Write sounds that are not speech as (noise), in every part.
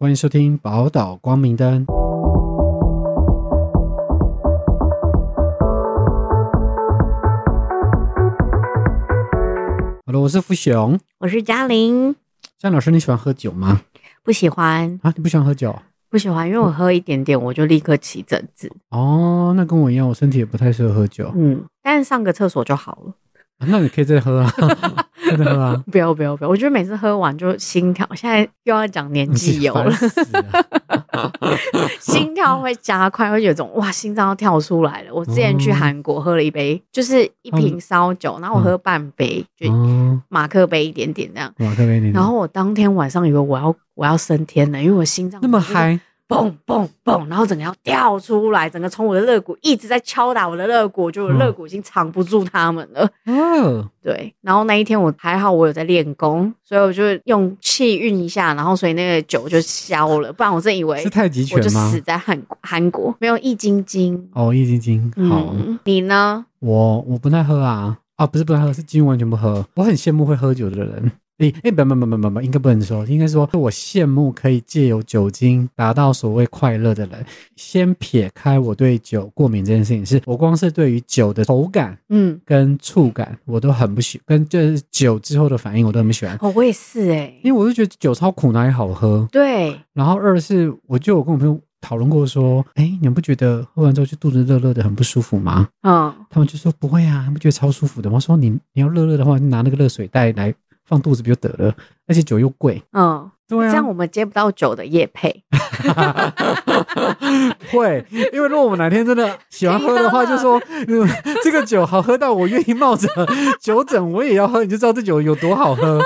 欢迎收听《宝岛光明灯》。好了，我是福雄。我是嘉玲，向老师，你喜欢喝酒吗？不喜欢，啊，你不喜欢喝酒？不喜欢，因嗯为我喝一点点我就立刻起疹子，哦，那跟我一样，我身体也不太适合喝酒。嗯，但是上个厕所就好了。啊那你可以再喝啊， (laughs) 再喝 (laughs) 啊。不要不要不要，我觉得每次喝完就心跳，现在又要讲年纪有了，烦死 (laughs) 了。心跳会加快，会有一种哇心脏要跳出来了。我之前去哦嗯韩国喝了一杯，就是一瓶烧酒，然后我喝半杯，就哦，嗯马克杯一点点这样。马克杯你然后我当天晚上以为我要我要升天了，因为我心脏那么，嗨，蹦蹦蹦，然后整个要掉出来，整个从我的肋骨一直在敲打我的肋骨，就我的嗯肋骨已经藏不住它们了。哦，对，然后那一天我还好，我有在练功，所以我就用气运一下，然后所以那个酒就消了，不然我真以为是太极拳哎我就吗死？在韩国韩国，没有易筋经。哦，易筋经。好，嗯，你呢？我我不太喝啊，啊，不是不太喝，是几乎完全不喝。我很羡慕会喝酒的人。诶诶，不不不不不不，应该不能说，应该说我羡慕可以借由酒精达到所谓快乐的人。先撇开我对酒过敏这件事情，是我光是对于酒的口感嗯，跟触感，我都很不喜，跟就是酒之后的反应我都很不喜欢，哦，我也是哎、因为我就觉得酒超苦，哪里好喝？对，然后二是，我就有跟我朋友讨论过说，哎，你们不觉得喝完之后就肚子热热的很不舒服吗？嗯，他们就说不会啊，你不觉得超舒服的吗？我说你你要热热的话，你拿那个热水袋来放肚子不就得了？而且酒又贵，嗯，对啊这样我们接不到酒的夜配，会，因为如果我们哪天真的喜欢喝的话，可就以说、嗯 (laughs) 这个酒好喝到我愿意冒着酒疹我也要喝，你就知道这酒有多好喝，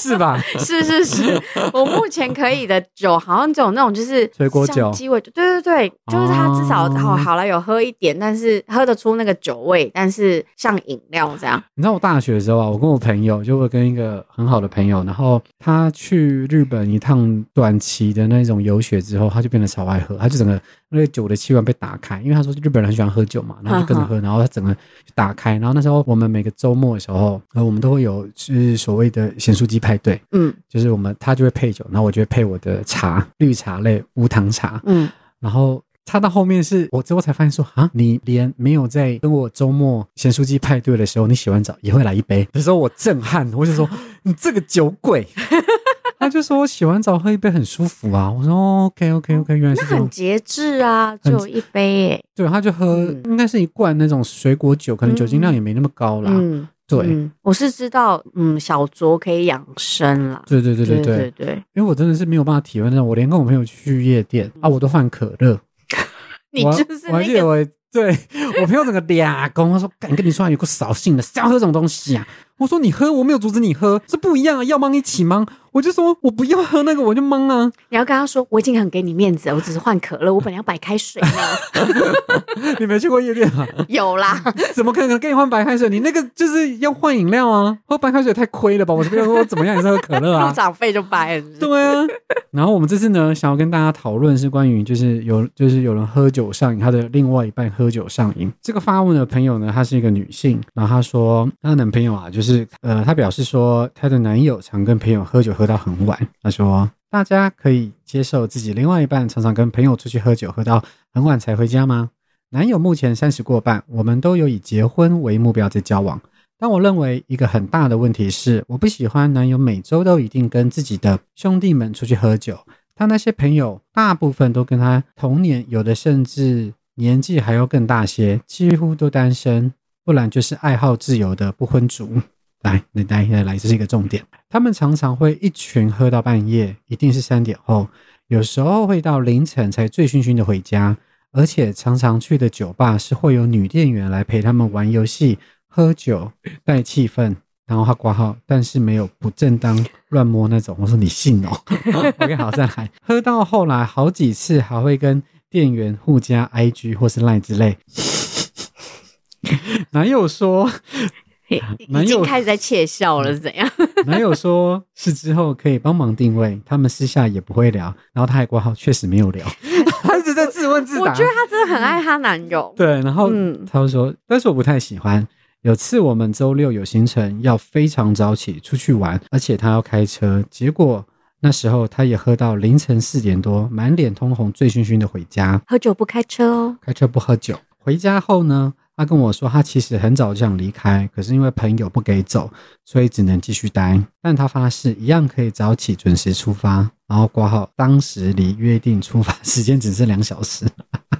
是吧？是是是，我目前可以的酒好像只有那种就是水果酒像鸡尾酒，对对对，就是它至少哦好好了有喝一点，但是喝得出那个酒味，但是像饮料这样，你知道我大学的时候啊，我跟我朋友，就我跟一个很好的朋友，然后他去日本一趟短期的那种游学之后，他就变得超爱喝，他就整个那个酒的器官被打开，因为他说日本人很喜欢喝酒嘛，然后就跟着喝，然后他整个就打开，然后那时候我们每个周末的时候，呃，我们都会有就是所谓的咸酥鸡派对，嗯就是我们他就会配酒，然后我就会配我的茶，绿茶类无糖茶，嗯，然后他到后面是我之后才发现说啊，你连没有在跟我周末咸酥鸡派对的时候，你洗完澡也会来一 (laughs) 杯。那时候我震撼，我就说你这个酒鬼。 (laughs) 他就说我洗完澡喝一杯很舒服啊。我说 OK OK OK，原来嗯那是这很样。节制啊，只哦很有一杯耶，对，他就喝、嗯应该是一罐那种水果酒，可能酒精量也没那么高啦。嗯，对、嗯，我是知道，嗯，小酌可以养生啦，对对对对对，对对，因为我真的是没有办法体会那种，我连跟我朋友去夜店嗯啊，我都换可乐。你我还就是我还那记得个我对我朋友整个俩公，他说：“敢跟你说啊，有个扫兴的，谁要喝这种东西啊？”我说：“你喝，我没有阻止你喝，是不一样啊，要mang 一起mang。”我就说：“我不要喝那个，我就mang 啊。 (laughs) 你要跟他说，我已经很给你面子了，我只是换可乐，我本来要白开水 (laughs) 呢，”你没去过夜店啊？ (laughs) 有啦， (laughs) 怎么可能跟你换白开水？你那个就是要换饮料啊，喝白开水太亏了吧？我是不是说怎么样也是喝可乐入啊？场费就白 (laughs) 了， (laughs) 对啊。然后我们这次呢，想要跟大家讨论是关于就是有就是有人喝酒上瘾，他的另外一半喝酒上瘾。这个发问的朋友呢，她是一个女性，然后她说她的男朋友啊，就是呃，她表示说她的男友常跟朋友喝酒喝到很晚，她说。大家可以接受自己另外一半常常跟朋友出去喝酒，喝到很晚才回家吗？男友目前三十过半，我们都有以结婚为目标在交往。但我认为一个很大的问题是，我不喜欢男友每周都一定跟自己的兄弟们出去喝酒。他那些朋友大部分都跟他同年，有的甚至年纪还要更大些，几乎都单身，不然就是爱好自由的不婚族。来，来来来来，这是一个重点。他们常常会一群喝到半夜，一定是三点后，有时候会到凌晨才醉醺醺的回家，而且常常去的酒吧是会有女店员来陪他们玩游戏、喝酒、带气氛，然后他挂号，但是没有不正当乱摸那种。我说你信哦 (laughs) ？OK，好，再来。喝到后来好几次还会跟店员互加 IG 或是 Line 之类。 (laughs) 男友说，已男友经开始在窃笑嗯了，是怎样？男友说是之后可以帮忙定位，他们私下也不会聊。然后他还挂号，确实没有聊， (laughs) 他一直在自问自我答。觉得她真的很爱她男友。对，然后嗯他就说，但是我不太喜欢。有次我们周六有行程，要非常早起出去玩，而且他要开车，结果。那时候她也喝到凌晨四点多，满脸通红、醉醺醺的回家，喝酒不开车哦。开车不喝酒。回家后呢，她跟我说，她其实很早就想离开，可是因为朋友不给走，所以只能继续待。但她发誓一样可以早起，准时出发。然后挂号，当时离约定出发时间只剩两小时。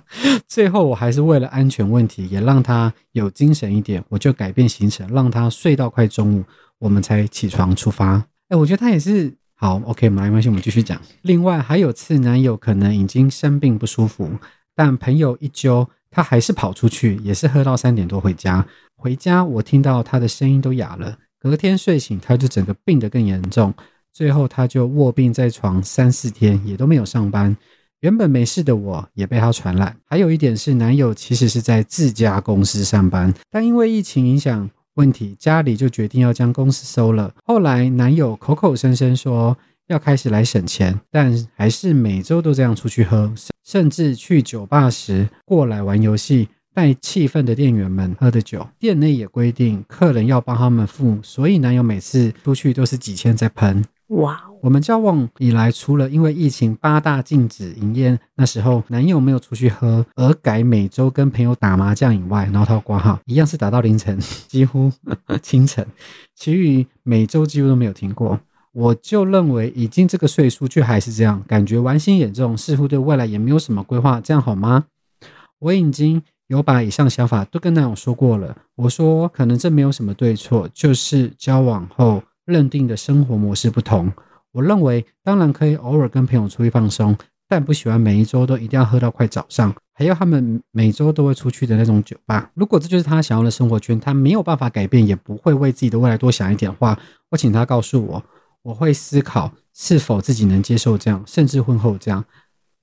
(laughs) 最后，我还是为了安全问题，也让她有精神一点，我就改变行程，让她睡到快中午，我们才起床出发。哎，我觉得她也是好，OK，没关系，我们继续讲。另外，还有次男友可能已经生病不舒服，但朋友一揪，他还是跑出去，也是喝到三点多回家。回家我听到他的声音都哑了，隔天睡醒他就整个病得更严重，最后他就卧病在床三四天，也都没有上班。原本没事的我也被他传染。还有一点是，男友其实是在自家公司上班，但因为疫情影响问题，家里就决定要将公司收了。后来男友口口声声说要开始来省钱，但还是每周都这样出去喝，甚甚至去酒吧时过来玩游戏。带气氛的店员们喝的酒，店内也规定客人要帮他们付，所以男友每次出去都是几千在喷。哇哦，我们交往以来，除了因为疫情八大禁止营业，那时候男友没有出去喝，而改每周跟朋友打麻将以外，然后他挂号，一样是打到凌晨， (laughs) 几乎清晨，其余每周几乎都没有停过。我就认为已经这个岁数却还是这样，感觉玩心也重，似乎对未来也没有什么规划，这样好吗？我已经有把以上想法都跟男友说过了。我说，可能这没有什么对错，就是交往后认定的生活模式不同。我认为，当然可以偶尔跟朋友出去放松，但不喜欢每一周都一定要喝到快早上，还有他们每周都会出去的那种酒吧。如果这就是他想要的生活圈，他没有办法改变，也不会为自己的未来多想一点的话，我请他告诉我，我会思考是否自己能接受这样，甚至婚后这样。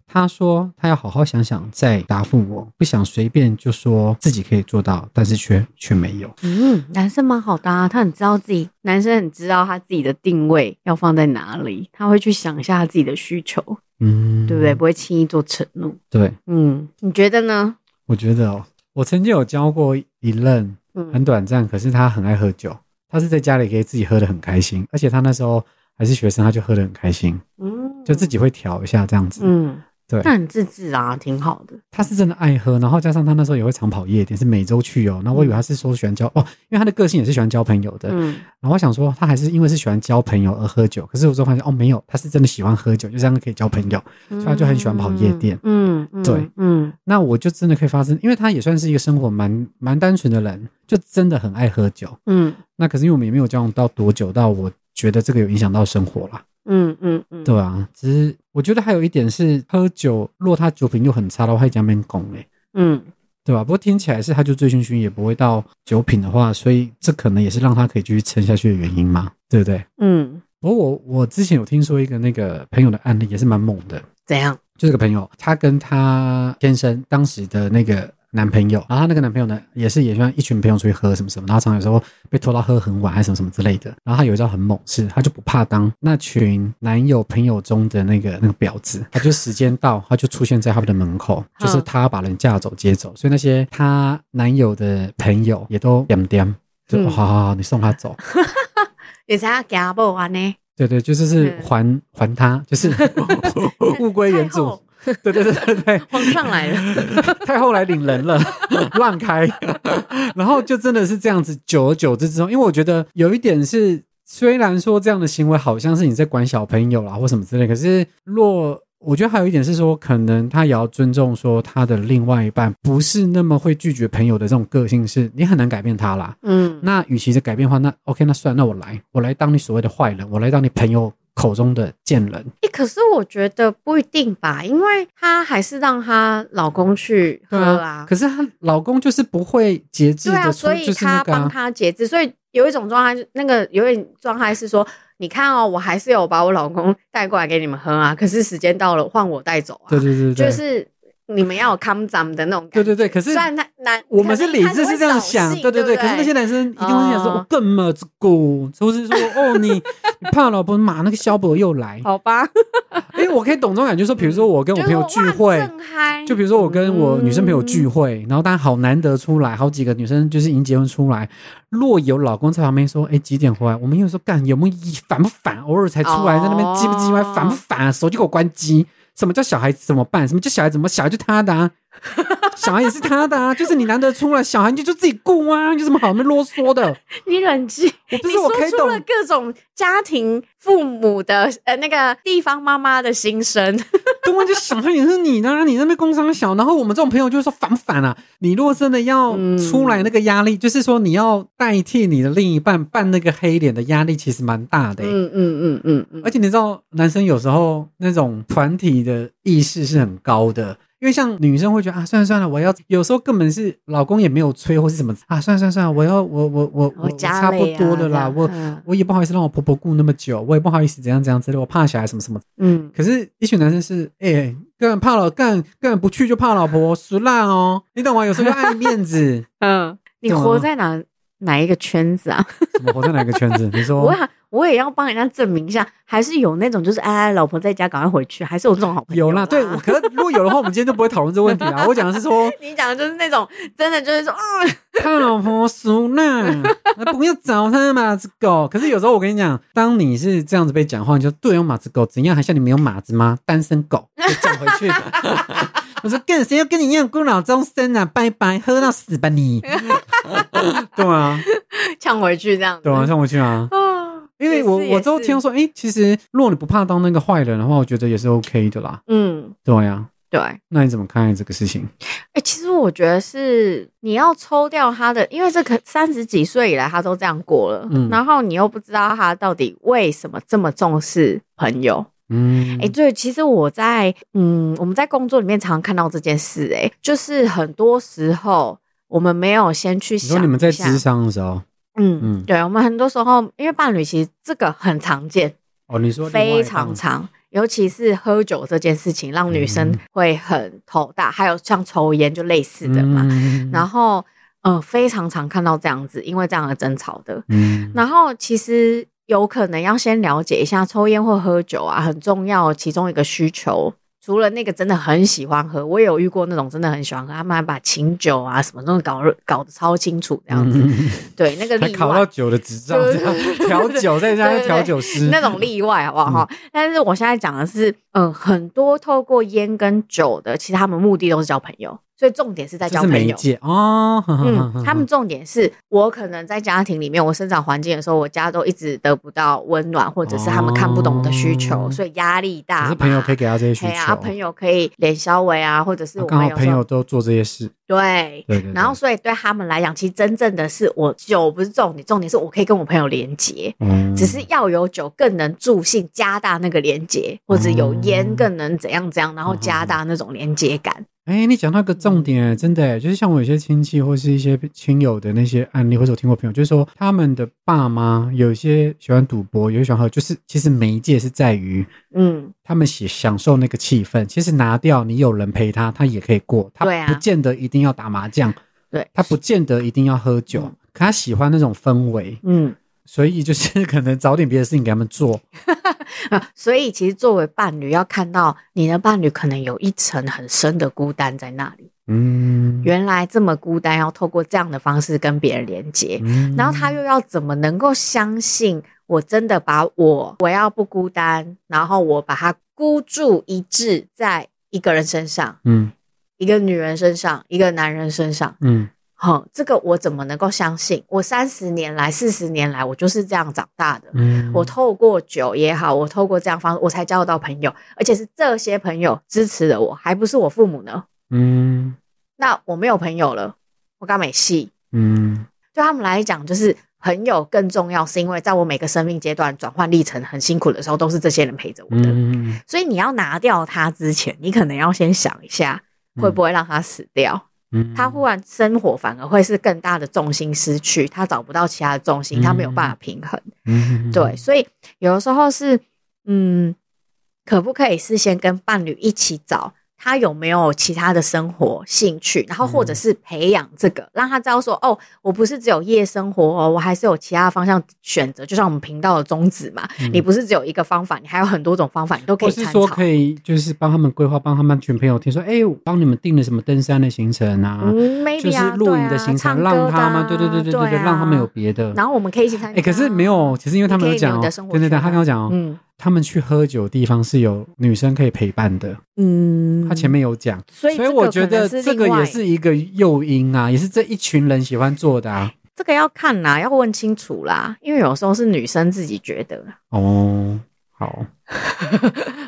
他说他要好好想想再答复我，不想随便就说自己可以做到，但是却却没有。嗯，男生蛮好的啊，他很知道自己，男生很知道他自己的定位要放在哪里，他会去想一下他自己的需求，嗯，对不对？？不会轻易做承诺。对，嗯，你觉得呢？我觉得哦，我曾经有交过一任很嗯，短暂，可是他很爱喝酒。他是在家里可以自己喝的很开心，而且他那时候还是学生，他就喝的很开心，嗯就自，己会调一下这样子。嗯，对那很自制啊，挺好的。他是真的爱喝，然后加上他那时候也会常跑夜店，是每周去哦。那我以为他是说喜欢交哦，因为他的个性也是喜欢交朋友的。嗯，然后我想说他还是因为是喜欢交朋友而喝酒，可是我就发现哦，没有，他是真的喜欢喝酒，就这样可以交朋友。所以他就很喜欢跑夜店嗯，嗯对，嗯那我就真的可以发生，因为他也算是一个生活蛮蛮单纯的人，就真的很爱喝酒。嗯那可是因为我们也没有交往到多久，到我觉得这个有影响到生活啦。嗯嗯嗯，对啊，只是我觉得还有一点是喝酒，若他酒品又很差的话，会讲面拱哎，嗯，对吧、不过听起来是他就醉醺醺，也不会到酒品的话，所以这可能也是让他可以继续撑下去的原因嘛，对不对？嗯，不过我我之前有听说一个那个朋友的案例，也是蛮猛的，怎样？就这个朋友，她跟她先生当时的那个男朋友，然后她那个男朋友呢，也是也像一群朋友出去喝什么什么，然后常常有时候被拖到喝很晚，还是什么什么之类的。然后她有一招很猛，是她就不怕当那群男友朋友中的那个那个婊子，她就时间到，她就出现在他们的门 (laughs) 口，嗯就是她把人架走接走，所以那些她男友的朋友也都点点，就、嗯哦好好好，你送她 (laughs) 走。你才要假不完呢？对对，就是是嗯还还她，就是 (laughs) (laughs) 物归原太主 (laughs) 后。对对对对对，皇上来 (laughs) 了，太后来领人了， (laughs) 乱开， (laughs) 然后就真的是这样子，久而久之之后，因为我觉得有一点是，虽然说这样的行为好像是你在管小朋友啦或什么之类，可是若我觉得还有一点是说，可能他也要尊重说他的另外一半不是那么会拒绝朋友的这种个性是，你很难改变他啦。嗯那与其是改变的话，那 OK，那算了，那我来，我来当你所谓的坏人，我来当你朋友口中的贱人。欸，可是我觉得不一定吧，因为她还是让她老公去喝啊，可是她老公就是不会节制对的啊，出，所以就是那她个啊、帮她节制，所以有一种状态，那个有点状态是说，你看哦，我还是有把我老公 (laughs) 带过来给你们喝啊，可是时间到了，换我带走啊，对对对对，就是你们要有 come down 的那种对感觉。对对，可是虽然他男，我们是理智可是一开始会这样扫想，兴对对对。不可是那些男生一定会想说，哦我更么这狗，或是说，哦，你你怕老婆骂那个小伯又来，好吧，哎，我可以懂这种感觉。说，比如说我跟我朋友聚就是会哇，正嗨，就比如说我跟我女生朋友聚会，然后大家好难得出来，好几个女生就是已经结婚出来，若有老公在旁边说：“哎，几点回来？”我们又说：“干有没有烦不烦？偶尔才出来，在那边叽不叽歪，烦不烦、啊？手机给我关机！什么叫小孩子怎么办？什么叫小孩子怎么？小孩就他的、啊，小孩也是他的啊，就是你难得出来，小孩你就自己顾啊，有什么好那么啰嗦的？你冷静，我不你是我说可以出懂了各种家庭父母的呃那个地方妈妈的心声，对啊，就想象也是你呢，你那边工商小，然后我们这种朋友就会说烦不烦啊？你如果真的要嗯出来那个压力，就是说你要代替你的另一半扮那个黑脸的压力，其实蛮大的欸、嗯嗯嗯嗯嗯，而且你知道，男生有时候那种团体的意识是很高的。因为像女生会觉得啊，算了算了，我要有时候根本是老公也没有催或是什么啊，算了算了算了，我要我我我我我我家差不累啊多了这啦，样我嗯我也不好意思让我婆婆顾那么久，我也不好意思怎样怎样之类，我怕小孩什么什么嗯，可是，一群男生是，哎、干怕老干干不去就怕老婆，俗烂哦，你懂吗？有时候就爱面 (laughs) 子，嗯，你懂啊活在哪哪一个圈子啊？怎么活在哪个圈 (laughs) 子？你说我想我也要帮人家证明一下，还是有那种就是哎，老婆在家赶快回去，还是有这种好朋友啊有啦，对，我可是如果有的话，我们今天就不会讨论这个问题啊。我讲的是 (laughs) 说， (laughs) 你讲的就是那种真的就是说啊，怕老婆俗烂，不要找他马子狗。可是有时候我跟你讲，当你是这样子被讲话，你就对哦，马子狗怎样？还像你没有马子吗？单身狗，就讲回去。 (laughs) 我说干，谁要跟你一样孤老终生啊？拜拜，喝到死吧 (laughs) 你！对啊，呛回去这样子。对啊，像回去啊。啊，因为我也是我之后听到，说，哎、其实如果你不怕当那个坏人的话，我觉得也是 OK 的啦。也是嗯，对呀、对，哎、那你怎么看待这个事情？欸其实我觉得是你要抽掉他的，因为这可三十几岁以来他都这样过了，嗯然后你又不知道他到底为什么这么重视朋友。嗯，哎、对，其实我在嗯，我们在工作里面常常看到这件事、哎，就是很多时候我们没有先去你想说你们在一下智商的时候，嗯嗯嗯，对，我们很多时候因为伴侣其实这个很常见，哦，你说另外一非半常常。尤其是喝酒这件事情，让女生嗯会很头大，还有像抽烟就类似的嘛。嗯然后，呃，非常常看到这样子，因为这样而争吵的。嗯，然后其实有可能要先了解一下抽烟或喝酒啊，很重要。其中一个需求，除了那个真的很喜欢喝，我也有遇过那种真的很喜欢喝，他们还把琴酒啊什么东西搞搞得超清楚这样子。嗯嗯对，那个嗯还例考到外。酒的执照，对这样调酒，再加对上对调酒师那种例外，好不好？哈、嗯但是我现在讲的是，嗯、很多透过烟跟酒的，其实他们目的都是交朋友，所以重点是在就交是朋媒友。介哦，嗯，他们重点是我可能在家庭里面，我生长环境的时候，我家都一直得不到温暖，或者是他们看不懂我的需求，哦所以压力大可嘛。是朋友可以给他这些需对啊，求，朋友可以脸消微啊，或者是那我刚们好有朋时候友都做这些事，对。对对对，然后，所以对他们来讲，其实真正的是我酒不是重点，重点是我可以跟我朋友连接，嗯只是要有酒更能助兴，加大那个连接，或者有哦烟更能怎样怎样，嗯然后加大那种连接感。哎、你讲到一个重嗯点、真的、就是像我有些亲戚或是一些亲友的那些案例，或者我听过朋友，就是说他们的爸妈有些喜欢赌博，有些喜欢喝，就是其实媒介是在于嗯，他们喜享受那个气氛。其实拿掉你有人陪他，他也可以过，他对啊不见得一定要打麻将，对，他不见得一定要喝酒，嗯可他喜欢那种氛围，嗯。所以就是 (laughs) 可能找点别的事情给他们做。啊，所以其实作为伴侣，要看到你的伴侣可能有一层很深的孤单在那里。嗯，原来这么孤单，要透过这样的方式跟别人连接，嗯然后他又要怎么能够相信我真的把我我要不孤单，然后我把它孤注一掷在一个人身上，嗯一个女人身上，一个男人身上。嗯哼，这个我怎么能够相信？我三十年来、四十年来，我就是这样长大的。嗯，我透过酒也好，我透过这样方式，我才交到朋友，而且是这些朋友支持了我，还不是我父母呢。嗯那我没有朋友了，我刚没戏。嗯对他们来讲，就是朋友更重要，是因为在我每个生命阶段转换历程很辛苦的时候，都是这些人陪着我的。嗯，所以你要拿掉他之前，你可能要先想一下，会不会让他死掉？嗯他忽然生活反而会是更大的重心失去，他找不到其他的重心，他没有办法平衡。嗯对，，所以有的时候是，嗯，可不可以事先跟伴侣一起找他有没有其他的生活兴趣，然后或嗯者是培养这个，让他知道说，哦，我不是只有夜生活哦，我还是有其他方向选择。就像我们频道的宗旨嘛，你不是只有一个方法，你还有很多种方法，你都嗯可或以是参说考可。以就是帮他们规划，帮他们群朋友听说，哎、我帮你们定了什么登山的行程啊，嗯，maybe 就是啊，露营的对啊行唱程，歌让的他啊们对对对对对对，啊让他们有别的。然后我们可以一起参加。哎、可是没有，，其实因为他们有讲、你可哦以留你的生，活对对对，圈啊他跟我讲哦，嗯他们去喝酒的地方是有女生可以陪伴的，嗯，他前面有讲，所以所以这个我觉可能得是这个另也外是一个诱因啊，也是这一群人喜欢做的啊。这个要看啦，要问清楚啦，因为有时候是女生自己觉得，哦，好，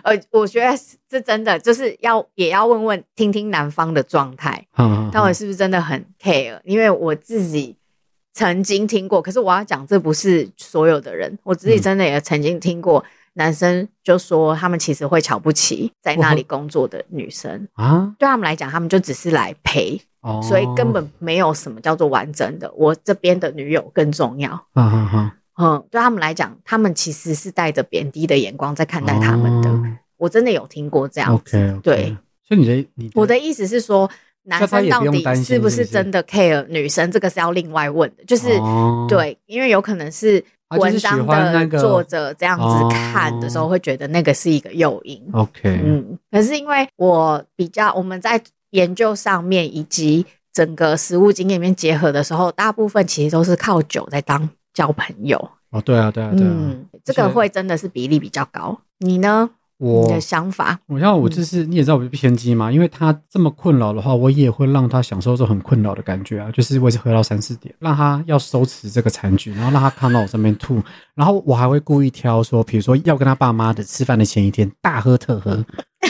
呃，我觉得是这真的就是要也要问问听听男方的状态，嗯，到底是不是真的很 care？因为我自己曾经听过，可是我要讲这不是所有的人，我自己嗯真的也曾经听过。男生就说他们其实会瞧不起在那里工作的女生，啊，对他们来讲，他们就只是来陪，哦，所以根本没有什么叫做完整的。我这边的女友更重要，啊哈哈，嗯，对他们来讲，他们其实是带着贬低的眼光在看待他们的。我真的有听过这样子。哦 OK，, o k 对，所以你的你我的意思是说，男他生也到不用底担心是不是不是是真的 care 女生，这个是要另外问的，就是、哦，对，因为有可能是啊就是文喜章欢那的个作者这样子看的时候，哦会觉得那个是一个诱因。 ，OK，嗯，可是因为我比较我们在研究上面以及整个实物经验里面结合的时候，大部分其实都是靠酒在当交朋友。哦，对啊，对啊，对啊，嗯，这个会真的是比例比较高。你呢？你我嗯的想法？我像我就是你也知道我是偏激嘛，因为他这么困扰的话，我也会让他享受这种很困扰的感觉啊，就是我也是喝到三四点，让他要收拾这个残局，然后让他看到我这边吐，然后我还会故意挑说，比如说要跟他爸妈的吃饭的前一天大喝特 (laughs) 喝， (laughs)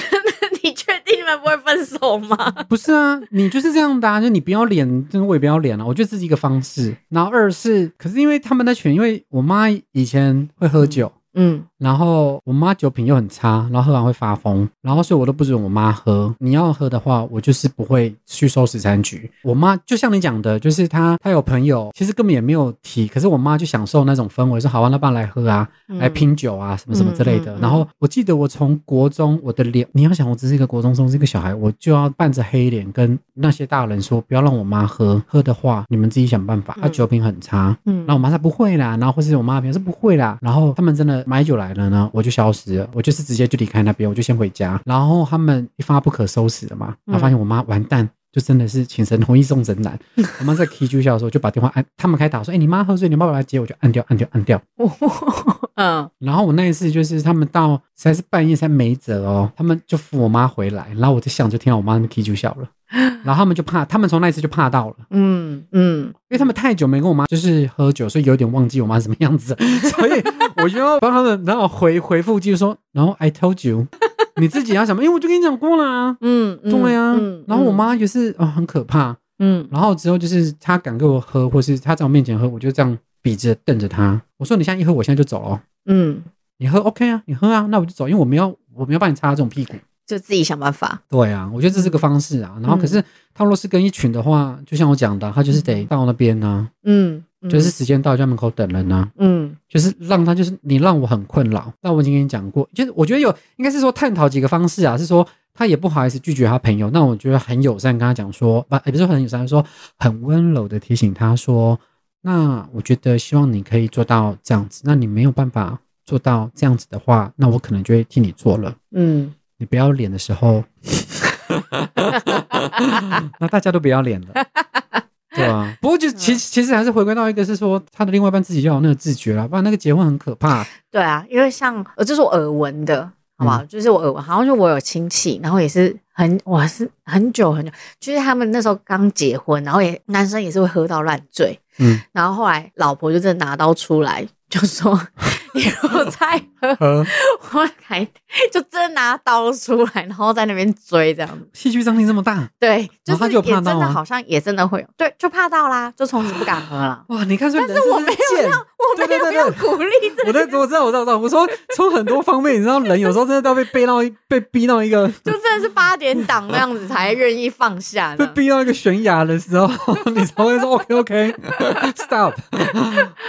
你确定你们不会分手吗？不是啊，你就是这样的啊，就你不要脸，真的我也不要脸啊，我觉得这是一个方式。然后二是，可是因为他们那群，因为我妈以前会喝酒。嗯，然后我妈酒品又很差，然后喝完会发疯，然后所以我都不准我妈喝。你要喝的话，我就是不会去收拾残局。我妈就像你讲的，就是她她有朋友，其实根本也没有提，可是我妈就享受那种氛围，说好啊，那爸来喝啊，来拼酒啊，什么什么之类的。嗯嗯嗯嗯然后我记得我从国中，我的脸，你要想，我只是一个国中生，是一个小孩，我就要扮着黑脸跟那些大人说，不要让我妈喝，喝的话你们自己想办法。她、嗯酒品很差，嗯然后我妈说不会啦，然后或是我妈平时不会啦，然后他们真的买酒来了呢，我就消失了，我就是直接就离开那边，我就先回家。然后他们一发不可收拾了嘛，然后发现我妈完蛋。就真的是请神同意送神难。我妈在 K 住下的时候，就把电话按，他们开打说：“哎、你妈喝醉，你爸爸来接。”我就按掉，按掉，按掉。 (laughs) 嗯，然后我那一次就是他们到实在是半夜才没辙哦，他们就扶我妈回来，然后我在想就听到我妈那边踢就笑了，然后他们就怕，他们从那一次就怕到了。嗯嗯，因为他们太久没跟我妈就是喝酒，所以有点忘记我妈什么样子， (laughs) 所以我就要帮他们，然后回回复就是说，然后 I told you，你自己要想，因为我就跟你讲过啦、嗯，嗯对啊，嗯然后我，妈也是啊、哦很可怕，嗯然后之后就是她敢给我喝，或是她在我面前喝，我就这样比着瞪着她，我说你现在一喝，我现在就走哦。嗯，你喝 OK 啊，你喝啊，那我就走，因为我没有我没有帮你擦这种屁股。就自己想办法。对啊，我觉得这是个方式啊。然嗯后可是他若是跟一群的话，就像我讲的，他就是得到那边啊，嗯，就是时间到就在门口等人啊，嗯就是让他就是你让我很困扰。那我已经跟你讲过，就是我觉得有应该是说探讨几个方式啊，是说。他也不好意思拒绝他朋友，那我觉得很友善跟他讲说，不，也不是说很友善，说很温柔的提醒他说，那我觉得希望你可以做到这样子，那你没有办法做到这样子的话，那我可能就会替你做了。嗯你不要脸的时候， (laughs) 那大家都不要脸了，对啊。不过就其其实还是回归到一个是说，他的另外一半自己要有那个自觉啦，不然那个结婚很可怕。对啊，因为像呃，这是我耳闻的，好嗯不好？就是我耳闻，好像是我有亲戚，然后也是很，哇，是很久很久，就是他们那时候刚结婚，然后也男生也是会喝到烂醉，嗯，然后后来老婆就真的拿刀出来，就 (laughs) 说你如果再喝，嗯我还就真的拿刀出来，然后在那边追这样子。戏剧张力这么大，对，就然后哦他是就也怕真到啊的吗。好像也真的会有，对，就怕到啦，就从此不敢喝了 (laughs) 哇！你看，但但是我没有让，我对没对有对要对鼓励这我在我知道我知道我知道，我说从很多方面，你知道人有时候真的都要被背到被逼到一个 (laughs) 就真的是八点档那样子才愿意放下 (laughs) 被呢。逼到一个悬崖的时 (laughs) 候，你才会说 OK OK stop。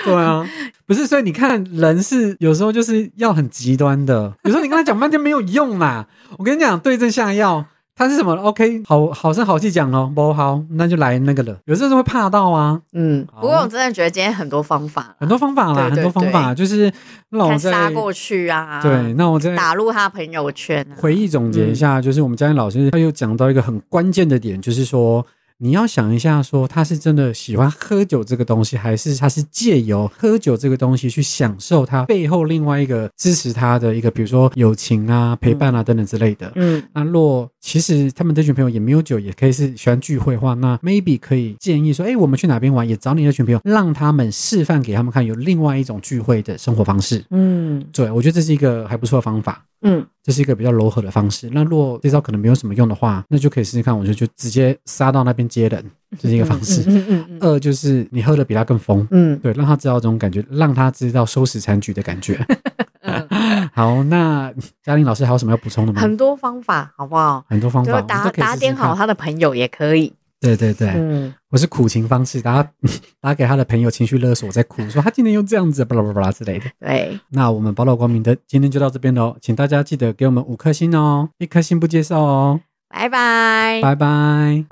对啊，不是，所以你看，人是有时候就是要很极端的，有时候你跟他讲半天没有用啦。我跟你讲，对症下药。他是什么？OK，好好声好气讲哦，不好，那就来那个了。有时候是会怕到啊，嗯，不过我真的觉得今天很多方法啦，很多方法啦，对对很多方法，就是让我看哦在杀过去啊，对，，那我在打入他朋友圈啊，回忆总结一下，就是我们嘉欣老师他又讲到一个很关键的点，就是说你要想一下，说他是真的喜欢喝酒这个东西，还是他是借由喝酒这个东西去享受他背后另外一个支持他的一个，比如说友情啊、陪伴啊等等之类的。嗯，那若其实他们这群朋友也没有酒，也可以是喜欢聚会的话，那 maybe 可以建议说，哎，我们去哪边玩，也找你那群朋友，让他们示范给他们看，有另外一种聚会的生活方式。嗯对，我觉得这是一个还不错的方法。嗯，这是一个比较柔和的方式。那如果这招可能没有什么用的话，那就可以试试看，我就就直接杀到那边接人，这是一个方式。嗯嗯嗯二就是你喝的比他更疯，嗯对，让他知道这种感觉，让他知道收拾残局的感觉。 (laughs) 嗯， (laughs) 好，那嘉玲老师还有什么要补充的吗？很多方法，好不好？很多方就法，我打们都可以试试打点好看。他的朋友也可以，对对对，嗯，我是苦情方式，打 (laughs) 打给他的朋友情绪勒索，在哭，说他今天又这样子，巴拉巴拉巴拉之类的。对，那我们宝岛光明的今天就到这边喽，请大家记得给我们五颗星哦，一颗星不接受哦，拜拜。拜拜。